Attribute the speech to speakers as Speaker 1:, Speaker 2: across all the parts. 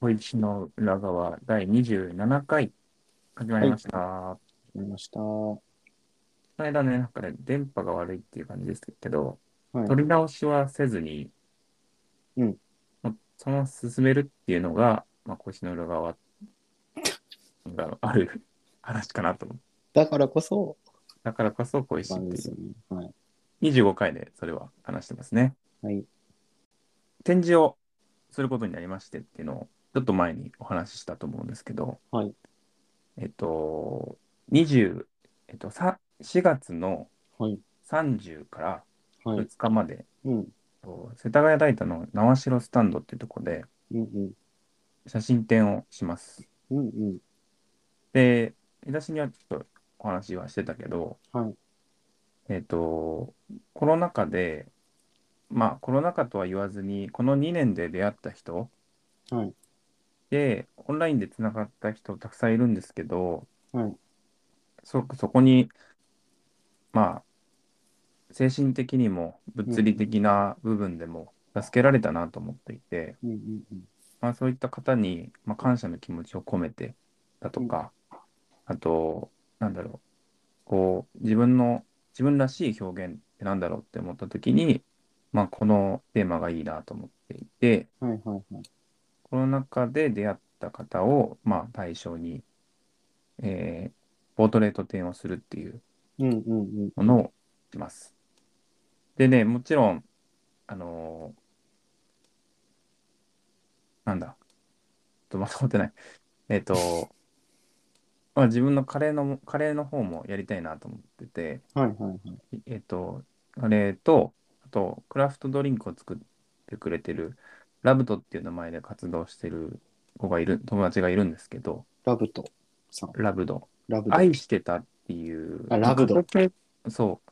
Speaker 1: 小石の裏側第27回始まりました。
Speaker 2: わかりました。は
Speaker 1: この間ね、なんかね、電波が悪いっていう感じですけど、
Speaker 2: い。
Speaker 1: 取り直しはせずに、
Speaker 2: うん
Speaker 1: もうそのまま進めるっていうのが、まあ、小石の裏側がある話かなと思う。
Speaker 2: だからこそ、
Speaker 1: だからこそ小石っ
Speaker 2: 番で
Speaker 1: てい
Speaker 2: すよね。はい。
Speaker 1: う。25回でそれは話してますね。
Speaker 2: はい。
Speaker 1: 展示をすることになりましてっていうのをちょっと前にお話ししたと思うんですけど、
Speaker 2: はい
Speaker 1: えっと20えっとさ4月の
Speaker 2: はい。
Speaker 1: 30から
Speaker 2: は
Speaker 1: 2
Speaker 2: い。
Speaker 1: 日まで、
Speaker 2: うん。
Speaker 1: えっと世田谷大田の縄城スタンドっていうところで
Speaker 2: うんうん。
Speaker 1: 写真展をします
Speaker 2: うんうん。
Speaker 1: で私にはちょっとお話はしてたけど
Speaker 2: はい。
Speaker 1: えっとコロナ禍でまあコロナ禍とは言わずにこの2年で出会った人、
Speaker 2: はい。
Speaker 1: で、オンラインでつながった人たくさんいるんですけど、
Speaker 2: はい。
Speaker 1: そ、そこに、まあ、精神的にも物理的な部分でも助けられたなと思っていて、
Speaker 2: うんうんうん。
Speaker 1: まあ、そういった方に、まあ、感謝の気持ちを込めてだとか、あと、なんだろう、こう、自分の、自分らしい表現ってなんだろうって思った時に、まあ、このテーマがいいなと思っていて、
Speaker 2: はいはいはい。
Speaker 1: コロナ禍で出会った方を、まあ、対象に、えーポートレート展をするっていう
Speaker 2: うんうんうん。
Speaker 1: ものをします。でね、もちろん、あのーなんだ、ちょっとまとまってない。えっ、と、まあ、自分のカレーの、カレーの方もやりたいなと思ってて、
Speaker 2: はいはいはい。
Speaker 1: えっ、と、カレーと、あと、クラフトドリンクを作ってくれてる、ラブトっていう名前で活動してる子がいる、友達がいるんですけど、
Speaker 2: ラブトさん。
Speaker 1: ラブド。
Speaker 2: ラブト。
Speaker 1: 愛してたっていう。
Speaker 2: あラブド
Speaker 1: 過去形そう。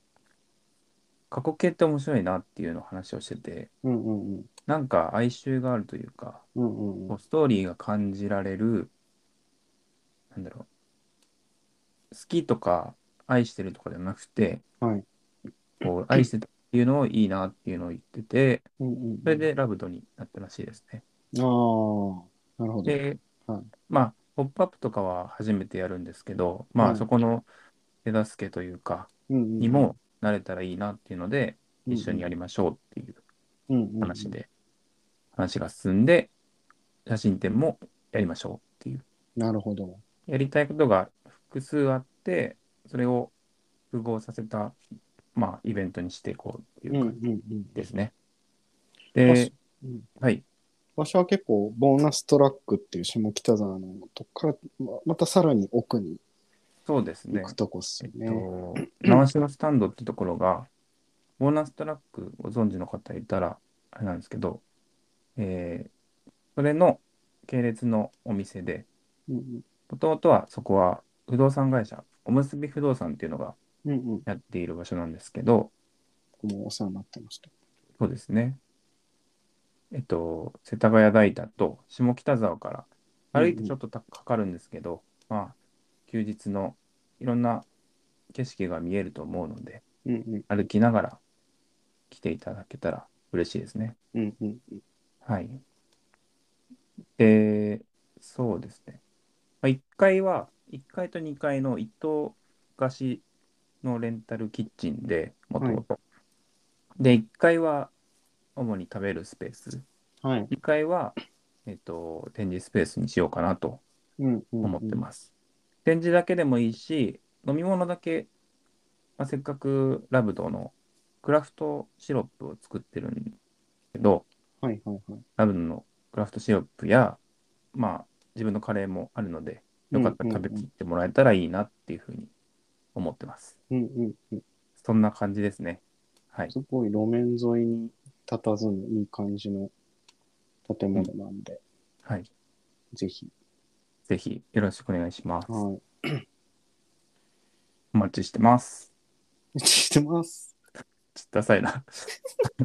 Speaker 1: 過去形って面白いなっていうのを話をしてて、
Speaker 2: うんうんうん。
Speaker 1: なんか哀愁があるというか、
Speaker 2: うんうんう
Speaker 1: こ
Speaker 2: ん
Speaker 1: う。ストーリーが感じられる、なんだろう、好きとか愛してるとかじゃなくて、
Speaker 2: はい
Speaker 1: こう愛してたっていうのをいいなっていうのを言ってて、
Speaker 2: うんうんうん。
Speaker 1: それでラブドになったらしいですね。
Speaker 2: ああ、なるほど。
Speaker 1: で、
Speaker 2: はい
Speaker 1: まあ、ポップアップとかは初めてやるんですけど、ま
Speaker 2: は
Speaker 1: あ、
Speaker 2: い
Speaker 1: そこの手助けというか、
Speaker 2: うんうん。
Speaker 1: にもなれたらいいなっていうので、
Speaker 2: うんうん
Speaker 1: 一緒にやりましょうっていう
Speaker 2: うんうんうん。
Speaker 1: 話で、話が進んで、写真展もやりましょうっていう。
Speaker 2: なるほど。
Speaker 1: やりたいことが複数あって、それを複合させた、まあ、イベントにしていこうって
Speaker 2: う
Speaker 1: い
Speaker 2: んう
Speaker 1: うん
Speaker 2: う
Speaker 1: 感
Speaker 2: ん。
Speaker 1: じですね。
Speaker 2: 場
Speaker 1: で
Speaker 2: 所、うん
Speaker 1: はい。
Speaker 2: 場所は結構、ボーナストラックっていう下北沢のとこから、ままたさらに奥に
Speaker 1: そうですね
Speaker 2: 行く。とこっす
Speaker 1: え
Speaker 2: よ
Speaker 1: っ
Speaker 2: ね。
Speaker 1: と、縄島スタンドってところが、ボーナストラックご存知の方いたら、あれなんですけど、えーそれの系列のお店で、
Speaker 2: うんうん
Speaker 1: もともとはそこは不動産会社、おむすび不動産っていうのが
Speaker 2: うんうん。
Speaker 1: やっている場所なんですけど、
Speaker 2: 僕もお世話になってました。
Speaker 1: そうですね。えっと、世田谷代田と下北沢から歩いてちょっとたかかるんですけど、まあ、休日のいろんな景色が見えると思うので、
Speaker 2: うんうん
Speaker 1: 歩きながら来ていただけたら嬉しいですね。
Speaker 2: うんうん
Speaker 1: はい。で、そうですね。まあ、1階は、1階と2階の一棟貸しのレンタルキッチンで、もともと。で、1階は主に食べるスペース。
Speaker 2: うん。はい。
Speaker 1: 2階は、えっと、展示スペースにしようかなと
Speaker 2: うんうん。
Speaker 1: 思ってます。展示だけでもいいし、飲み物だけ、まあ、せっかくラブドのクラフトシロップを作ってるんだけど、
Speaker 2: す。はいはいはい。
Speaker 1: ラブドのクラフトシロップや、まあ、自分のカレーもあるので、よかったら食べきってもらえたらいいなっていうふうに思ってます。
Speaker 2: うんうんうん。
Speaker 1: そんな感じですね。はい。
Speaker 2: すごい路面沿いに佇むいい感じの建物なんで、
Speaker 1: はい。
Speaker 2: ぜひ。
Speaker 1: ぜひよろしくお願いします。お
Speaker 2: は
Speaker 1: 待ちしてます。
Speaker 2: い。してます。
Speaker 1: ちょっとダサいな。お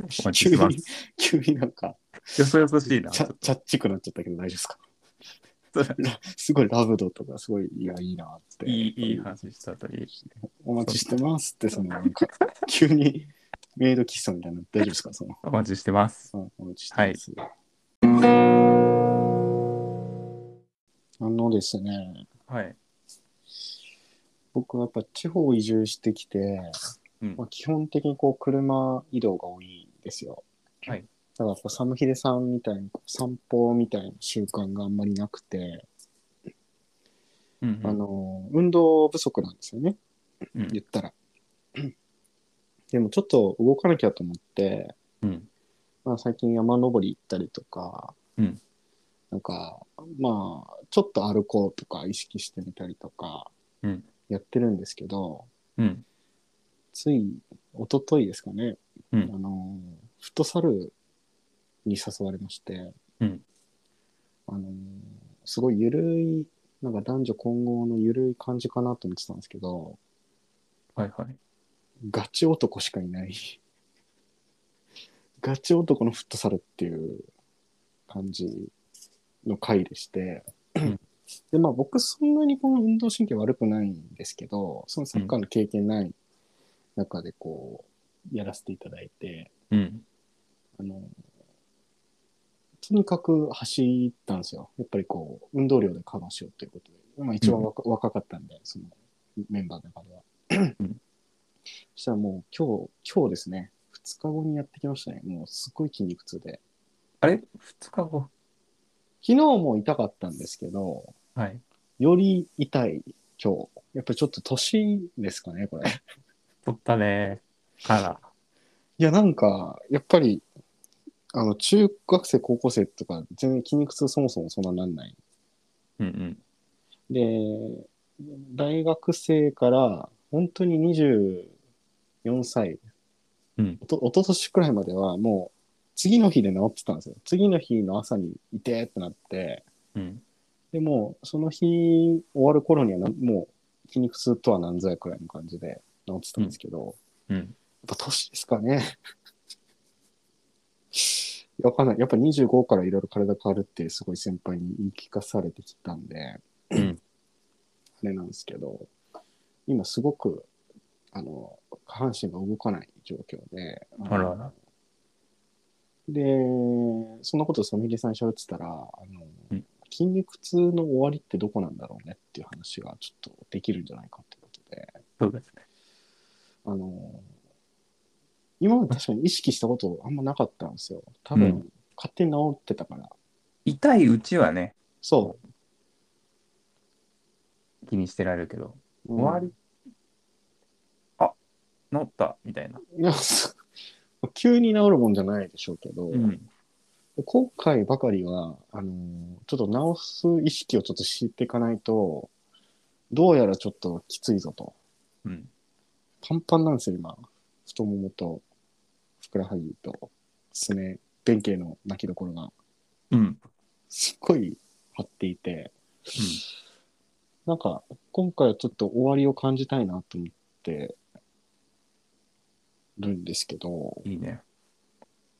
Speaker 1: 待ちし
Speaker 2: 急
Speaker 1: てま
Speaker 2: に
Speaker 1: す。、
Speaker 2: 急になんか、
Speaker 1: よそよそしいな。
Speaker 2: ちゃ、ちゃっちくなっちゃったけど大丈夫ですか
Speaker 1: それ
Speaker 2: ラすごいラブドとか、すごい、いや、いいなって。
Speaker 1: いい、いい話した後に。
Speaker 2: お待ちしてますって、その、なんか、急にメイド喫茶みたいな、大丈夫ですかその、
Speaker 1: お待ちしてます。
Speaker 2: うんお待ちしてます。のですね、
Speaker 1: はい。
Speaker 2: 僕はやっぱ地方移住してきて、
Speaker 1: うん
Speaker 2: まあ、基本的にこう車移動が多いんですよ。
Speaker 1: はい
Speaker 2: だからやっぱサムヒデさんみたいにこう散歩みたいな習慣があんまりなくて、
Speaker 1: うん
Speaker 2: あの運動不足なんですよね。
Speaker 1: うん
Speaker 2: 言ったら。 でもちょっと動かなきゃと思って、
Speaker 1: うん
Speaker 2: まあ、最近山登り行ったりとか、
Speaker 1: うん
Speaker 2: なんかまあちょっと歩こうとか意識してみたりとか
Speaker 1: うん
Speaker 2: やってるんですけど、
Speaker 1: うん
Speaker 2: つい一昨日ですかね、
Speaker 1: うん
Speaker 2: あのフットサルに誘われまして、
Speaker 1: うん
Speaker 2: あのすごいゆるいなんか男女混合のゆるい感じかなと思ってたんですけど
Speaker 1: はいはい。
Speaker 2: ガチ男しかいないガチ男のフットサルっていう感じの回でして、
Speaker 1: ん
Speaker 2: でまあ僕そんなにこの運動神経悪くないんですけどそのサッカーの経験ない中でこうやらせていただいて
Speaker 1: うん。
Speaker 2: あのとにかく走ったんですよやっぱりこう運動量でカバーしようということで、まあ、一番若,、若かったんでそのメンバーの中では。
Speaker 1: うん
Speaker 2: そしたらもう今日、今日ですね、2日後にやってきましたね。もうすごい筋肉痛で。
Speaker 1: あれ ?2 日後
Speaker 2: 昨日も痛かったんですけど、
Speaker 1: はい。
Speaker 2: より痛い今日。やっぱりちょっと年ですかね、これ。
Speaker 1: 取ったね。あら。
Speaker 2: いや、なんか、やっぱり、あの、中学生、高校生とか、全然筋肉痛そもそもそんななんない。
Speaker 1: うん
Speaker 2: で、大学生から、本当に24歳、
Speaker 1: うん
Speaker 2: おと、おととしくらいまでは、もう、次の日で治ってたんですよ。次の日の朝にいてってなって、
Speaker 1: うん。うん。
Speaker 2: でも、その日終わる頃にはな、もう、筋肉痛とは何ぞやくらいの感じで治ってたんですけど、やっ
Speaker 1: うん。
Speaker 2: ぱ年ですかね。いやわかんない。やっぱ25からいろいろ体変わるって、すごい先輩に言い聞かされてきたんで、
Speaker 1: うん
Speaker 2: あれなんですけど、今すごく、あの、下半身が動かない状況で、
Speaker 1: あらあら。
Speaker 2: で、そんなことをソミリさんに喋ってたら、あの
Speaker 1: うん
Speaker 2: 筋肉痛の終わりってどこなんだろうねっていう話がちょっとできるんじゃないかってことで、
Speaker 1: そうですね。
Speaker 2: あの、今まで確かに意識したことあんまなかったんですよ。多
Speaker 1: う
Speaker 2: 分、勝手に治ってたから。
Speaker 1: 痛いうちはね、
Speaker 2: そ
Speaker 1: 気にしてられるけど、
Speaker 2: う。
Speaker 1: 終わり、あ治ったみたいな。
Speaker 2: りいや、そう 急に治るもんじゃないでしょうけど、
Speaker 1: うん。
Speaker 2: 今回ばかりは、あのーちょっと直す意識をちょっと知っていかないと、どうやらちょっときついぞと。
Speaker 1: うん。
Speaker 2: パンパンなんですよ、今。太ももと、ふくらはぎと、すね、弁慶の泣きどころが、
Speaker 1: うん。
Speaker 2: すっごい張っていて、なんか、今回はちょっと終わりを感じたいなと思ってるんですけど、
Speaker 1: いいね。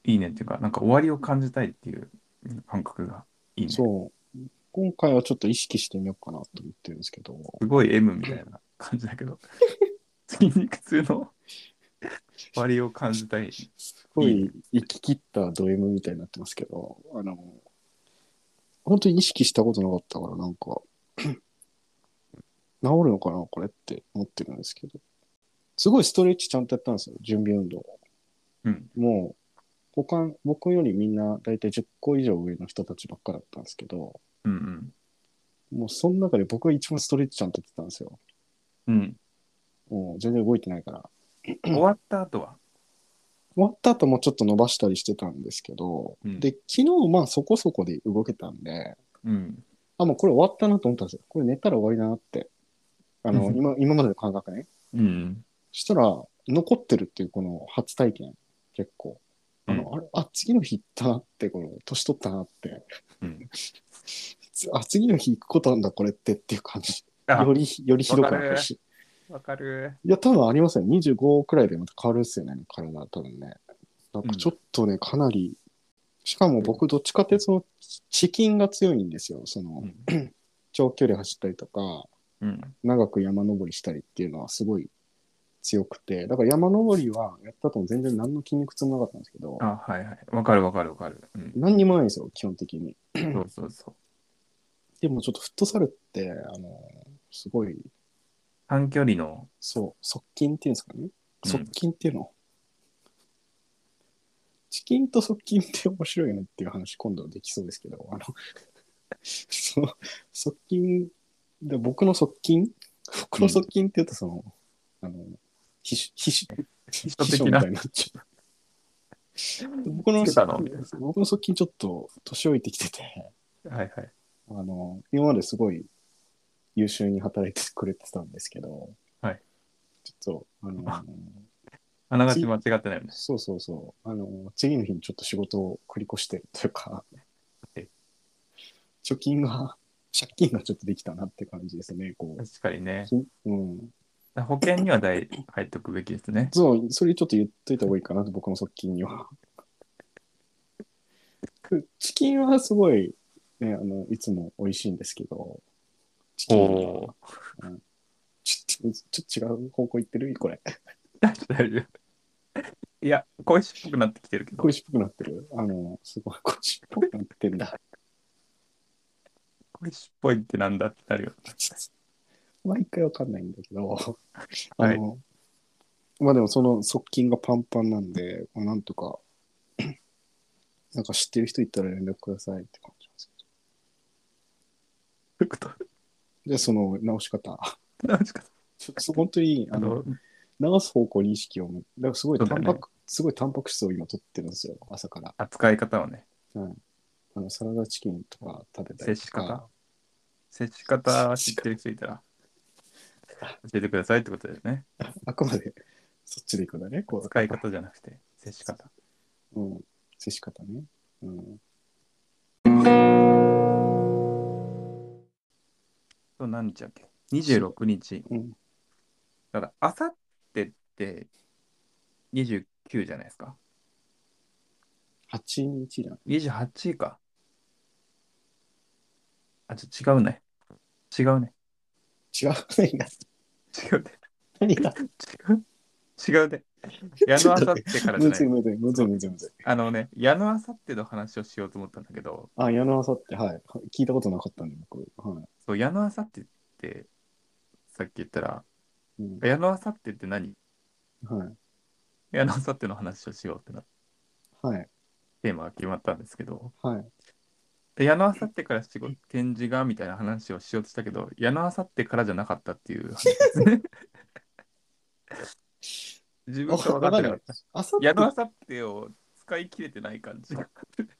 Speaker 1: いいねっていうか、なんか終わりを感じたいっていう感覚がいいね。す
Speaker 2: そう、今回はちょっと意識してみようかなと思ってるんですけど、
Speaker 1: ごい M みたいな 感じだけど、筋肉痛の 終わりを感じたい。
Speaker 2: すご
Speaker 1: いい
Speaker 2: い生き切ったド M みたいになってますけど、あの、本当に意識したことなかったから、なんか、 治るのかな、これって思ってるんですけど。すごいストレッチちゃんとやったんですよ、準備運動。
Speaker 1: うん。
Speaker 2: もう、他、僕よりみんな大体10個以上上の人たちばっかだったんですけど、
Speaker 1: うん
Speaker 2: もうその中で僕が一番ストレッチちゃんとやってたんですよ。
Speaker 1: うん。うん。
Speaker 2: もう全然動いてないから。
Speaker 1: 終わった後は。
Speaker 2: 終わった後もちょっと伸ばしたりしてたんですけど、
Speaker 1: うん
Speaker 2: で、昨日まあそこそこで動けたんで、
Speaker 1: うん。
Speaker 2: あ、もうこれ終わったなと思ったんですよ。これ寝たら終わりだなって。あの、
Speaker 1: うん
Speaker 2: 今、今までの感覚ね。
Speaker 1: うん。
Speaker 2: したら、残ってるっていうこの初体験、結構。あの、あれ、あ、次の日行ったなって、この、年取ったなって。
Speaker 1: うん。
Speaker 2: つ あ、次の日行くことなんだ、これってっていう感じ。
Speaker 1: あ
Speaker 2: よ、り、よりひどくなってるし。
Speaker 1: わかる。
Speaker 2: いや、多分ありません。25くらいでまた変わるっすよね、体、多分ね。なんかちょっとね、かなり、しかも僕、どっちかっていうとその、チキンが強いんですよ。その
Speaker 1: う、ん。
Speaker 2: 長距離走ったりとか、
Speaker 1: うん。
Speaker 2: 長く山登りしたりっていうのはすごい強くて、だから山登りはやったとも全然何の筋肉痛もなかったんですけど
Speaker 1: あ、、はいはい。わかるわかるわかる。うん。
Speaker 2: 何にもないんですよ、基本的に。
Speaker 1: そうそうそ
Speaker 2: でもちょっとフットサルって、あの、すごい、
Speaker 1: 短距離の、
Speaker 2: そう、側近っていうんですかね。
Speaker 1: うん
Speaker 2: 側近っていうの。チキンと側近って面白いよねっていう話、今度できそうですけど、あの、その 側近で、僕の側近僕の側近って言うと、その、あの、秘書、秘書、秘
Speaker 1: 書的な
Speaker 2: みたいになっちゃう。僕の
Speaker 1: つけたの
Speaker 2: 側近僕の側近ちょっと年老いてきてて、
Speaker 1: はいはい。
Speaker 2: あの、今まですごい優秀に働いてくれてたんですけど、
Speaker 1: はい。
Speaker 2: ちょっと、あの、
Speaker 1: あながち間違ってないよね。
Speaker 2: そうそうそう、あの、次の日にちょっと仕事を繰り越してるというか
Speaker 1: え、
Speaker 2: 貯金が、借金がちょっとできたなって感じですね、こう。
Speaker 1: 確かにね。
Speaker 2: きうん。
Speaker 1: 保険には大入っておくべきですね。
Speaker 2: そう、それちょっと言っといた方がいいかなと、僕の側近には。 チキンはすごい、ね、あの、いつも美味しいんですけど、チキンは
Speaker 1: お
Speaker 2: ちょっと、ちょっと違う方向行ってるこれ。
Speaker 1: ー。いや、恋しっぽくなってきてるけど
Speaker 2: 恋。しっぽくなってる。あの、すごい恋しっぽくなってんだ。
Speaker 1: 恋しっぽいってなんだってなるよ。
Speaker 2: 毎回わかんないんだけど、あの、まあでもその側近がパンパンなんで、まあなんとか、なんか知ってる人いたら連絡くださいって感じなんです
Speaker 1: そういうこと。
Speaker 2: けど。で、その直し方。
Speaker 1: なんか
Speaker 2: ちょっと本当に、
Speaker 1: あ
Speaker 2: あの、
Speaker 1: の、
Speaker 2: 流す方向に意識を向、だからすごいタン
Speaker 1: そうだ
Speaker 2: パ
Speaker 1: よ
Speaker 2: ク、
Speaker 1: ね
Speaker 2: すごいタンパク質を今取ってるんですよ、朝から。
Speaker 1: 扱い方をね、
Speaker 2: あの、サラダチキンとか食べたり
Speaker 1: 接
Speaker 2: と
Speaker 1: し
Speaker 2: か。
Speaker 1: 方。接し方知ってる人いたら、教えてくださいってことですね。
Speaker 2: あくまでそっちで行くんだね。こう
Speaker 1: 使い方じゃなくて、接し方。
Speaker 2: うん、接し方ね。うん、
Speaker 1: と何日だっけ ?26 日。
Speaker 2: うん
Speaker 1: だから、あさってって29じゃないですか。
Speaker 2: 8日じゃん。
Speaker 1: 28か。あ、ちょ、違うね。違うね。
Speaker 2: 違う。何が
Speaker 1: 違うね。
Speaker 2: 何が
Speaker 1: 違う。違うね。矢野あさってからじゃ
Speaker 2: む
Speaker 1: な
Speaker 2: ずい
Speaker 1: い。
Speaker 2: むずいむずいむずいむずい。
Speaker 1: あのね、矢野あさっての話をしようと思ったんだけど、
Speaker 2: あ、矢野あさって、はい。聞いたことなかったんで、僕。はい。
Speaker 1: そう矢野あさってって、さっき言ったら、
Speaker 2: うん
Speaker 1: 矢野あさってって何
Speaker 2: はい。
Speaker 1: 矢野あさっての話をしようってな
Speaker 2: はい。
Speaker 1: テーマが決まったんですけど、
Speaker 2: はい。
Speaker 1: で矢野あさってから仕事展示がみたいな話をしようとしたけど、矢野あさってからじゃなかったっていう話ですね。自分が分かってなかった。
Speaker 2: あさっ
Speaker 1: 矢
Speaker 2: て
Speaker 1: 野あさってを使い切れてない感じが。
Speaker 2: だか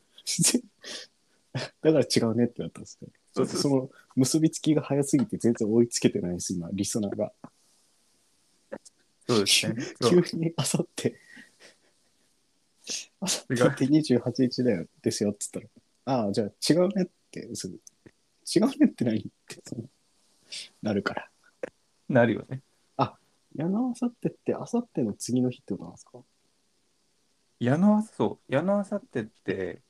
Speaker 2: ら違うねってなったんですね。
Speaker 1: そうそう
Speaker 2: その結びつきが早すぎて全然追いつけてないです、今、リスナーが。
Speaker 1: そうです ね。そう
Speaker 2: 急にあさって、 あさってって28日だよですよって言ったら、ああ、じゃあ違うねって、すぐ、違うねって何ってそのなるから。
Speaker 1: なるよね。
Speaker 2: 矢野あさってって、あさっての次の日ってことなんですか
Speaker 1: 矢野はそう、矢野あさってって、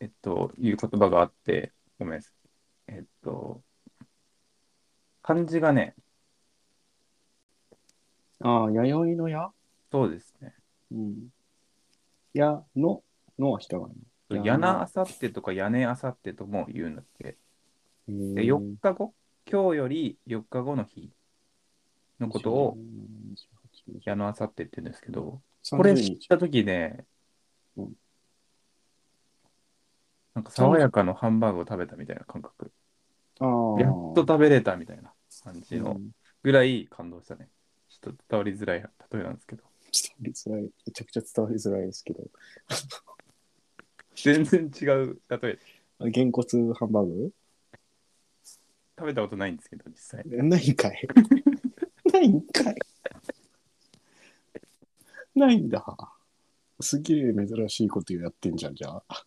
Speaker 1: えっと、いう言葉があって、ごめんなさい。えっと、漢字がね、
Speaker 2: ああ、弥生の矢
Speaker 1: そうですね。
Speaker 2: うん。矢の、のはひらがな。
Speaker 1: そう
Speaker 2: や
Speaker 1: 矢
Speaker 2: な
Speaker 1: 名あさってとか屋根あさってとも言うんだっけ。で、
Speaker 2: へえ
Speaker 1: 4日後、今日より4日後の日のことを、矢野あさってって言うんですけど、こ
Speaker 2: こ
Speaker 1: れ
Speaker 2: れ、
Speaker 1: 知った時ね
Speaker 2: うん、
Speaker 1: なんか爽やかのハンバーグを食べたみたいな感覚。
Speaker 2: ああ
Speaker 1: やっと食べれたみたいな感じ
Speaker 2: う
Speaker 1: の
Speaker 2: ん
Speaker 1: ぐらい感動したね。ちょっと伝わりづらい例えなんですけど。
Speaker 2: 伝わりづらい。めちゃくちゃ伝わりづらいですけど。
Speaker 1: 全然違う例え。
Speaker 2: あげんこつハンバーグ
Speaker 1: 食べたことないんですけど、実際。
Speaker 2: ないんかい。ないんかい。ないんだ。すげえ珍しいことやってんじゃん、じゃあ。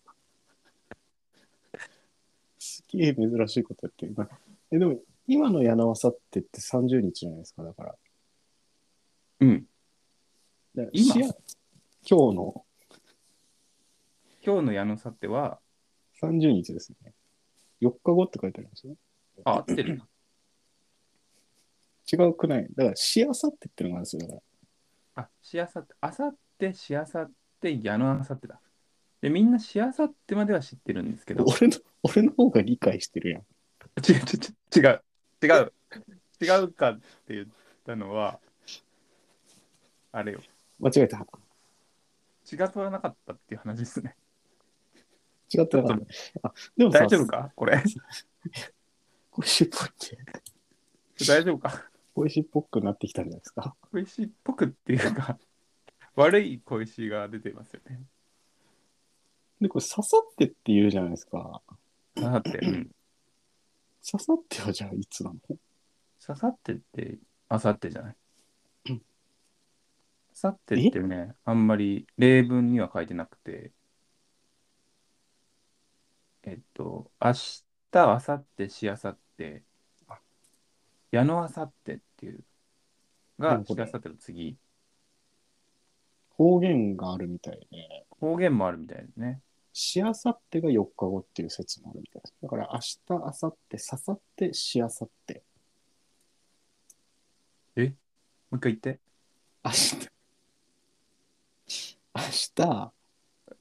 Speaker 2: すげえ珍しいことやってるな。え、でも、今の柳わさってって30日じゃないですか、だから。
Speaker 1: うん。
Speaker 2: だから
Speaker 1: 今
Speaker 2: しあ今日の
Speaker 1: 今日の矢野さっては、
Speaker 2: 30日ですね。4日後って書いてありますね。
Speaker 1: あ、合ってるな。
Speaker 2: 違うくないだから、しあさってってのがあるんですよ、だから。
Speaker 1: あ、しあさって、あさって、しあさって、矢野あさってだ。で、みんなしあさってまでは知ってるんですけど、
Speaker 2: 俺の、俺の方が理解してるやん。
Speaker 1: 違う違う違 う違う違うかって言ったのはあれよ
Speaker 2: 間違えた。
Speaker 1: 血が取らなかったっていう話ですね
Speaker 2: 違ったな
Speaker 1: ちょっ
Speaker 2: あ、でもさ、
Speaker 1: 大丈夫かこれ
Speaker 2: 小石っぽいって、
Speaker 1: 大丈夫か
Speaker 2: 小石っぽくなってきたんじゃないですか。
Speaker 1: 小石っぽくっていうか悪い小石が出てますよね
Speaker 2: で、これ刺さってって言うじゃないですか。
Speaker 1: 刺さって、うん、
Speaker 2: 刺さってはじゃあいつなの
Speaker 1: 刺さってってあさってじゃない刺さってってねあんまり例文には書いてなくてえっと明日あさってしあさって矢のあさってっていう
Speaker 2: な
Speaker 1: が
Speaker 2: るほ
Speaker 1: し
Speaker 2: ど
Speaker 1: あさっての次
Speaker 2: 方言があるみたいで、
Speaker 1: 方言もあるみたいですね
Speaker 2: しあさってが4日後っていう説もあるみたいです。だから明日、明後日、刺さって、しあさって。
Speaker 1: もう一回言って
Speaker 2: 明日、明日、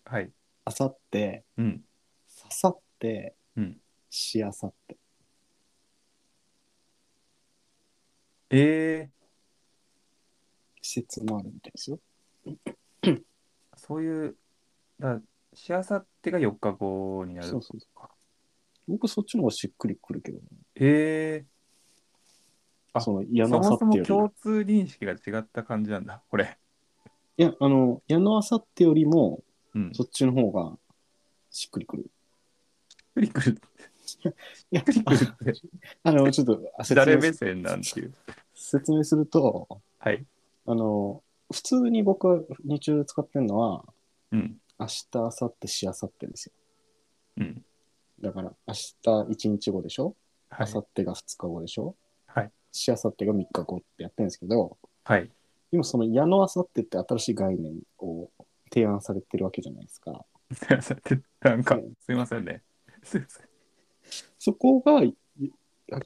Speaker 1: はい
Speaker 2: 明後日、刺
Speaker 1: うん
Speaker 2: さって、
Speaker 1: うん
Speaker 2: しあさって。
Speaker 1: え
Speaker 2: 説もあるみたいですよ。
Speaker 1: ー、そういうだしあさってが4日後になる
Speaker 2: そうそうそう。僕そっちの方がしっくりくるけどね、
Speaker 1: えー、あ
Speaker 2: その矢
Speaker 1: そ
Speaker 2: 野あさ
Speaker 1: もそ
Speaker 2: って
Speaker 1: も
Speaker 2: より
Speaker 1: 共通認識が違った感じなんだ、これ。
Speaker 2: いや、あの、矢野あさってよりも、
Speaker 1: うん。
Speaker 2: そっちの方がしっくりくる。
Speaker 1: クリクル、
Speaker 2: いや、
Speaker 1: クリクル って
Speaker 2: あの、ちょっとあ説
Speaker 1: 誰
Speaker 2: 明
Speaker 1: 目
Speaker 2: す
Speaker 1: 線なんていう。
Speaker 2: 説明すると、
Speaker 1: はい。
Speaker 2: あの、普通に僕は日中で使ってるのは、
Speaker 1: うん。
Speaker 2: 明日、明後日、しあさってですよ。
Speaker 1: うん。
Speaker 2: だから、明日1日後でしょ
Speaker 1: は
Speaker 2: 明
Speaker 1: い。
Speaker 2: 後日が2日後でしょ
Speaker 1: はい。
Speaker 2: しあさってが3日後ってやってるんですけど、
Speaker 1: はい。
Speaker 2: 今その矢野あさってって新しい概念を提案されてるわけじゃないですか。
Speaker 1: すいません。なんか、すいませんね。すいません。
Speaker 2: そこが、い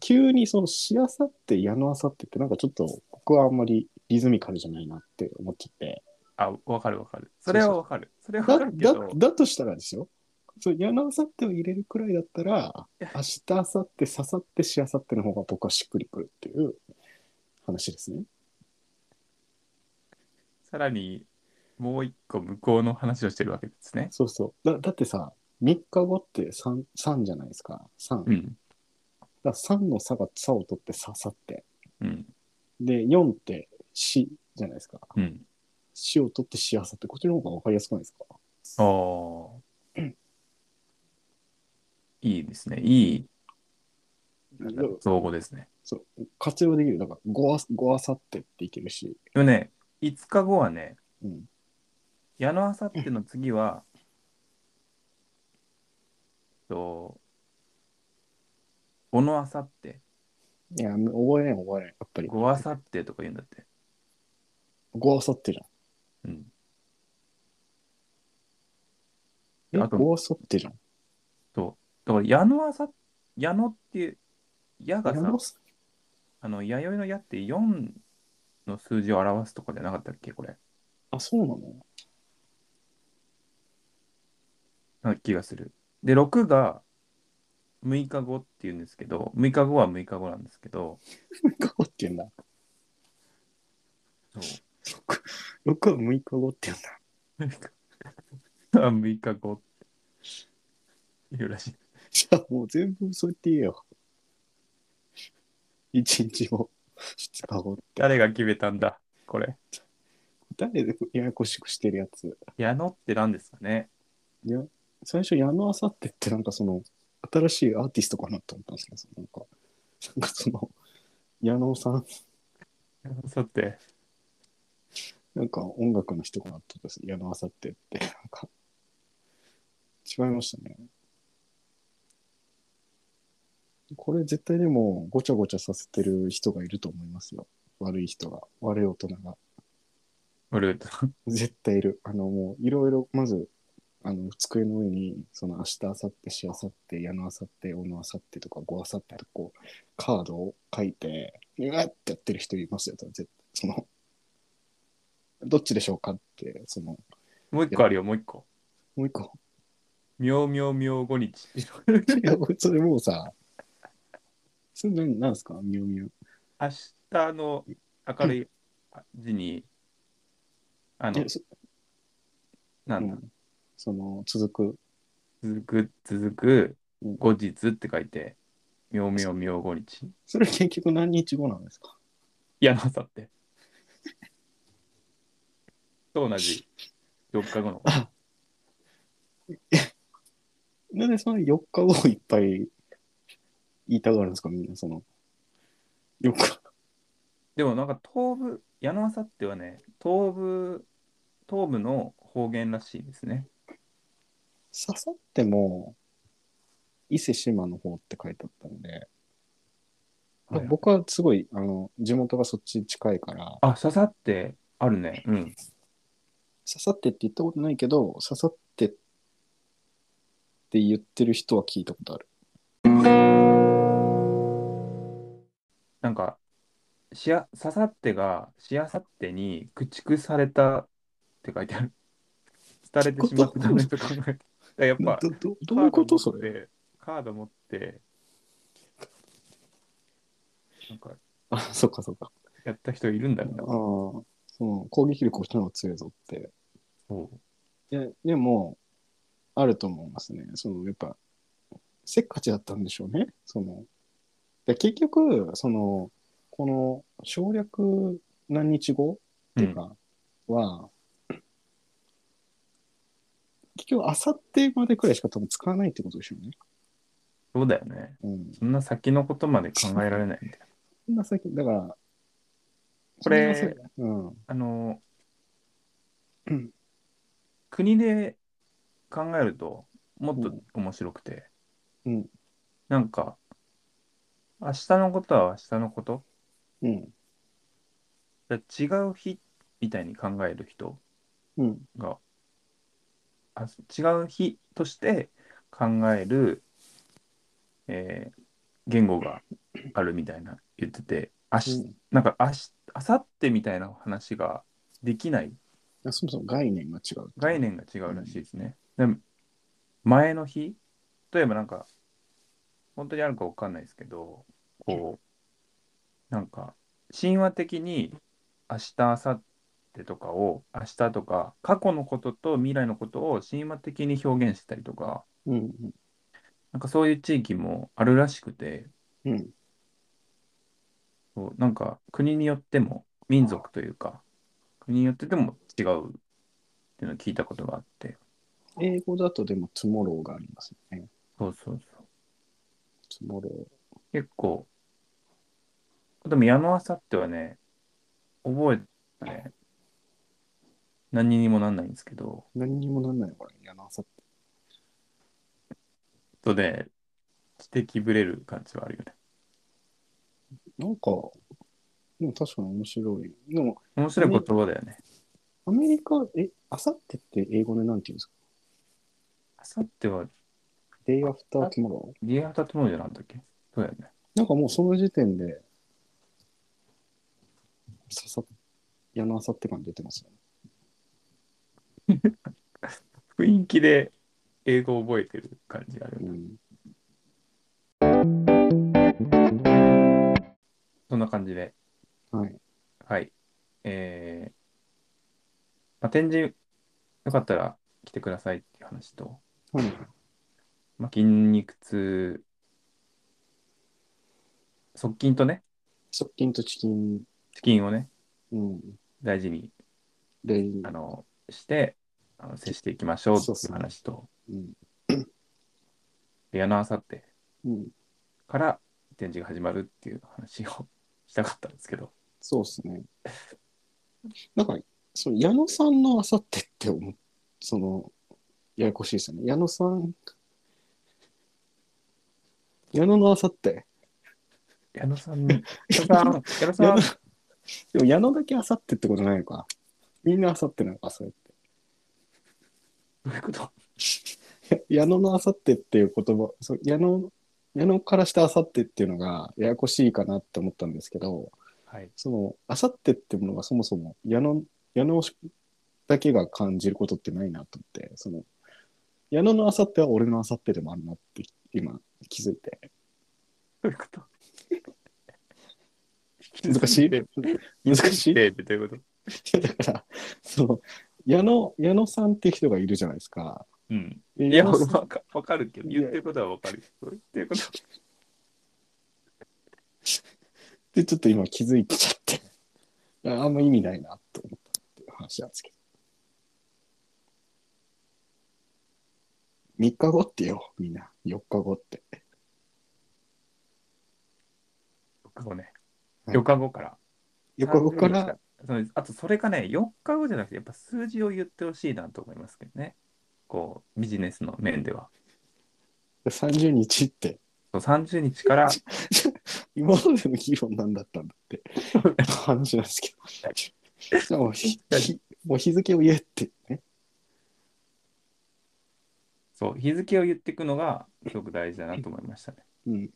Speaker 2: 急にそのしあさって、矢のあさってって、なんかちょっと僕はあんまりリズミカルじゃないなって思っちゃって。
Speaker 1: あ、わかるわかる。それはわかる。それはわ
Speaker 2: だ
Speaker 1: かるけ
Speaker 2: だ
Speaker 1: ど、
Speaker 2: だとしたらですよ。そう矢のあさってを入れるくらいだったら、
Speaker 1: や
Speaker 2: 明日、あさって、ささって、しあさっての方が僕はしっくりくるっていう話ですね。
Speaker 1: さらに、もう一個向こうの話をしてるわけですね。
Speaker 2: そうそう。だだってさ、3日後って3、三じゃないですか。3。
Speaker 1: う
Speaker 2: だ
Speaker 1: ん。
Speaker 2: から3の差が差を取ってささって。
Speaker 1: うん。
Speaker 2: で、4ってしじゃないですか。
Speaker 1: うん。
Speaker 2: しを取ってしあさって、こっちの方が分かりやすくないですか
Speaker 1: ああ。 いいですね。いいなんだろう造語ですね。
Speaker 2: 活用できる。だから、ごあ、ごあさってっていけるし。
Speaker 1: でもね、5日後はね、
Speaker 2: うん。
Speaker 1: 矢のあさっての次は、と、おのあさって、
Speaker 2: いや、覚えない、覚えない。やっぱり。
Speaker 1: ごあさってとか言うんだって。
Speaker 2: ごあさってじ
Speaker 1: うん。
Speaker 2: ゃん。え、
Speaker 1: あと
Speaker 2: ごあさってじゃん。
Speaker 1: そう。だから、矢のあさ、矢のっていう、矢がさ
Speaker 2: 矢の、さ
Speaker 1: あの、弥生の矢って4の数字を表すとかじゃなかったっけ、これ。
Speaker 2: あ、そうなの
Speaker 1: な気がする。で、6が6日後っていうんですけど、6日後は6日後なんですけど、
Speaker 2: ?6 日後って言うんだ。
Speaker 1: そう。
Speaker 2: 6, 六は6日後って言うんだ。
Speaker 1: あ6日後っていうらしい。
Speaker 2: じゃあもう全部そうやって言えよ。1日後、2日後って。
Speaker 1: 誰が決めたんだ、これ。
Speaker 2: 誰でややこしくしてるやつ。
Speaker 1: 矢野って何ですかね
Speaker 2: いや、最初、矢野あさってってなんかその、新しいアーティストかなと思ったんですけど、なんか、なんかその、矢野さん、
Speaker 1: さて、
Speaker 2: なんか音楽の人かなと思ったんです矢野あさってって、なんか、違いましたね。これ絶対でも、ごちゃごちゃさせてる人がいると思いますよ。悪い人が、悪い大人が。
Speaker 1: 俺と
Speaker 2: 絶対いる。あの、もう、いろいろ、まず、あの、机の上に、その、明日、明後日、しあさって、矢のあさって、おのあさってとか、ごあさってとか、こう、カードを書いて、うわってやってる人いますよ、多分絶対。その、どっちでしょうかって、その、
Speaker 1: もう一個あるよ、もう一個。
Speaker 2: もう一個、
Speaker 1: みょうみょうみょう5日。
Speaker 2: いやそれもうさ、それ何なんですかミュウミュウ。
Speaker 1: 明日の明るい字に、あの
Speaker 2: え、そ
Speaker 1: なん
Speaker 2: う
Speaker 1: だ、
Speaker 2: んその、続く。
Speaker 1: 続く、続く、
Speaker 2: うん
Speaker 1: 後日って書いて、妙妙妙後日。
Speaker 2: それ結局何日後なんですか
Speaker 1: 嫌なさ って。と同じ、4日後の。
Speaker 2: なんでその4日後いっぱい言いたがるんですかみんな、その。4日。
Speaker 1: でもなんか東部、矢野あさってはね、東部、東部の方言らしいですね。
Speaker 2: 刺さっても、伊勢志摩の方って書いてあったんで、
Speaker 1: はいはい
Speaker 2: 僕はすごい、あの、地元がそっち近いから、
Speaker 1: あ、刺さってあるね。うん。
Speaker 2: 刺さってって言ったことないけど、刺さってって言ってる人は聞いたことある。
Speaker 1: なんか、しあ、刺さってが、しあさってに駆逐されたって書いてある。廃れてしまったねと考えて。だからやっぱ、
Speaker 2: どどどういうこと
Speaker 1: カ
Speaker 2: そ
Speaker 1: ード持っ
Speaker 2: れ
Speaker 1: てカード持って、なんか、
Speaker 2: あ、そっかそっか。
Speaker 1: やった人いるんだ
Speaker 2: あ
Speaker 1: みた
Speaker 2: あ
Speaker 1: い、
Speaker 2: その攻撃力こっちの方が強いぞって。
Speaker 1: そう。
Speaker 2: いや、でも、あると思いますね。その、やっぱ、せっかちだったんでしょうね。その、で結局、その、この省略何日後っていうか、は、結局、あさってまでくらいしか多分使わないってことでしょうね。
Speaker 1: そうだよね。
Speaker 2: うん。
Speaker 1: そんな先のことまで考えられないみたいな。
Speaker 2: そんな先、だから、
Speaker 1: これ
Speaker 2: そんな先うん。
Speaker 1: あの
Speaker 2: うん、
Speaker 1: 国で考えると、もっと面白くて、
Speaker 2: うん
Speaker 1: なんか、明日のことは明日のこと
Speaker 2: うん。
Speaker 1: だ違う日みたいに考える人
Speaker 2: うん。
Speaker 1: があ違う日として考える、えー言語があるみたいな言ってて明日、
Speaker 2: うん
Speaker 1: なんか明日明後日みたいな話ができない
Speaker 2: あそもそも概念が違う。
Speaker 1: 概念が違うらしいですね。で前の日例えばなんか本当にあるかわかんないですけどこうなんか神話的に明日明後日とかを明日とか過去のことと未来のことを神話的に表現したりとか
Speaker 2: うん。
Speaker 1: なんかそういう地域もあるらしくて
Speaker 2: うん。うん。
Speaker 1: そうなんか国によっても民族というか国によってでも違うっていうのを聞いたことがあって
Speaker 2: 英語だとでも、トゥモローがありますよね。
Speaker 1: そうそうそう
Speaker 2: トゥモロー。
Speaker 1: 結構。でも矢野あさってはね、覚えたね。何にもなんないんですけど。
Speaker 2: 何にもなんないのこれ、矢野あさって。
Speaker 1: とね、知的ぶれる感じはあるよね。
Speaker 2: なんか、でも確かに面白い。でも、
Speaker 1: 面白い言葉だよね。
Speaker 2: アメリカ、え、あさってって英語でなんて言うんですか
Speaker 1: あさっては
Speaker 2: ?day after tomorrow?
Speaker 1: リアルタトモローじゃなんだっけそうだよね。
Speaker 2: なんかもうその時点で、刺さ矢野あさって感出てますよね。
Speaker 1: 雰囲気で英語を覚えてる感じがあるよね。
Speaker 2: うん。
Speaker 1: そんな感じで。
Speaker 2: はい。
Speaker 1: はい。えー、まあ、展示、よかったら来てくださいっていう話と、
Speaker 2: はい。
Speaker 1: まあ、筋肉痛、側筋とね、
Speaker 2: 側近とチキン、
Speaker 1: チキンをね、
Speaker 2: うん。
Speaker 1: 大事に
Speaker 2: で、
Speaker 1: あのしてあの、接していきましょうって
Speaker 2: そう
Speaker 1: い
Speaker 2: っす
Speaker 1: う
Speaker 2: ね
Speaker 1: 話と、
Speaker 2: うん。
Speaker 1: 矢野あさって
Speaker 2: うん。
Speaker 1: から展示が始まるっていう話を したかったんですけど、
Speaker 2: そうですね。なんか、その矢野さんのあさってって思っその、ややこしいですよね。矢野さん、矢野のあさって。
Speaker 1: 矢野さんに、矢野さ ん、矢野さ
Speaker 2: 矢
Speaker 1: ん
Speaker 2: 野、でも矢野だけあさってってことないのか。みんなあさってなのか、それっ
Speaker 1: どういうこと
Speaker 2: て。矢野のあさってっていう言葉、そう矢野、矢野からしてあさってっていうのがややこしいかなって思ったんですけど、
Speaker 1: はい。
Speaker 2: その、あさってってものがそもそも矢野、矢野だけが感じることってないなと思って、その、矢野のあさっては俺のあさってでもあるなって今気づいて、
Speaker 1: どういうこと
Speaker 2: 難 しい
Speaker 1: テー
Speaker 2: 難しい
Speaker 1: テープということ
Speaker 2: いやだからその矢野矢野さんって人がいるじゃないですか。
Speaker 1: うん。
Speaker 2: で
Speaker 1: いや、
Speaker 2: 矢野さん
Speaker 1: わかわかるけど、言ってることはわかる。言ってることは
Speaker 2: でちょっと今気づいちゃって ああんま意味ないなと思ったっていう話なんですけど3日後ってよみんな4日後って
Speaker 1: 4日後ね。
Speaker 2: はい
Speaker 1: 4日後から。
Speaker 2: 4日後か
Speaker 1: 誕生日
Speaker 2: ら
Speaker 1: が。そうですあと、それがね、4日後じゃなくて、やっぱ数字を言ってほしいなと思いますけどね。こう、ビジネスの面では。
Speaker 2: 30日って
Speaker 1: そう30日 から、
Speaker 2: 今までの議論何だったんだって話なんですけど じゃあもうひひもう日付を言えってね
Speaker 1: そう、日付を言っていくのが、 すごく大事だなと思いましたね。
Speaker 2: うん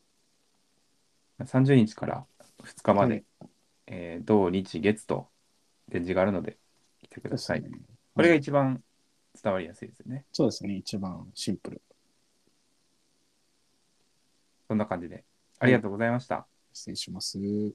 Speaker 1: 30日から2日まで、
Speaker 2: はい
Speaker 1: えー土日月と展示があるので、来てください。
Speaker 2: そうですね
Speaker 1: これが一番伝わりやすいですよね。
Speaker 2: そうですね一番シンプル
Speaker 1: そんな感じで。ありがとうございました。
Speaker 2: 失礼します。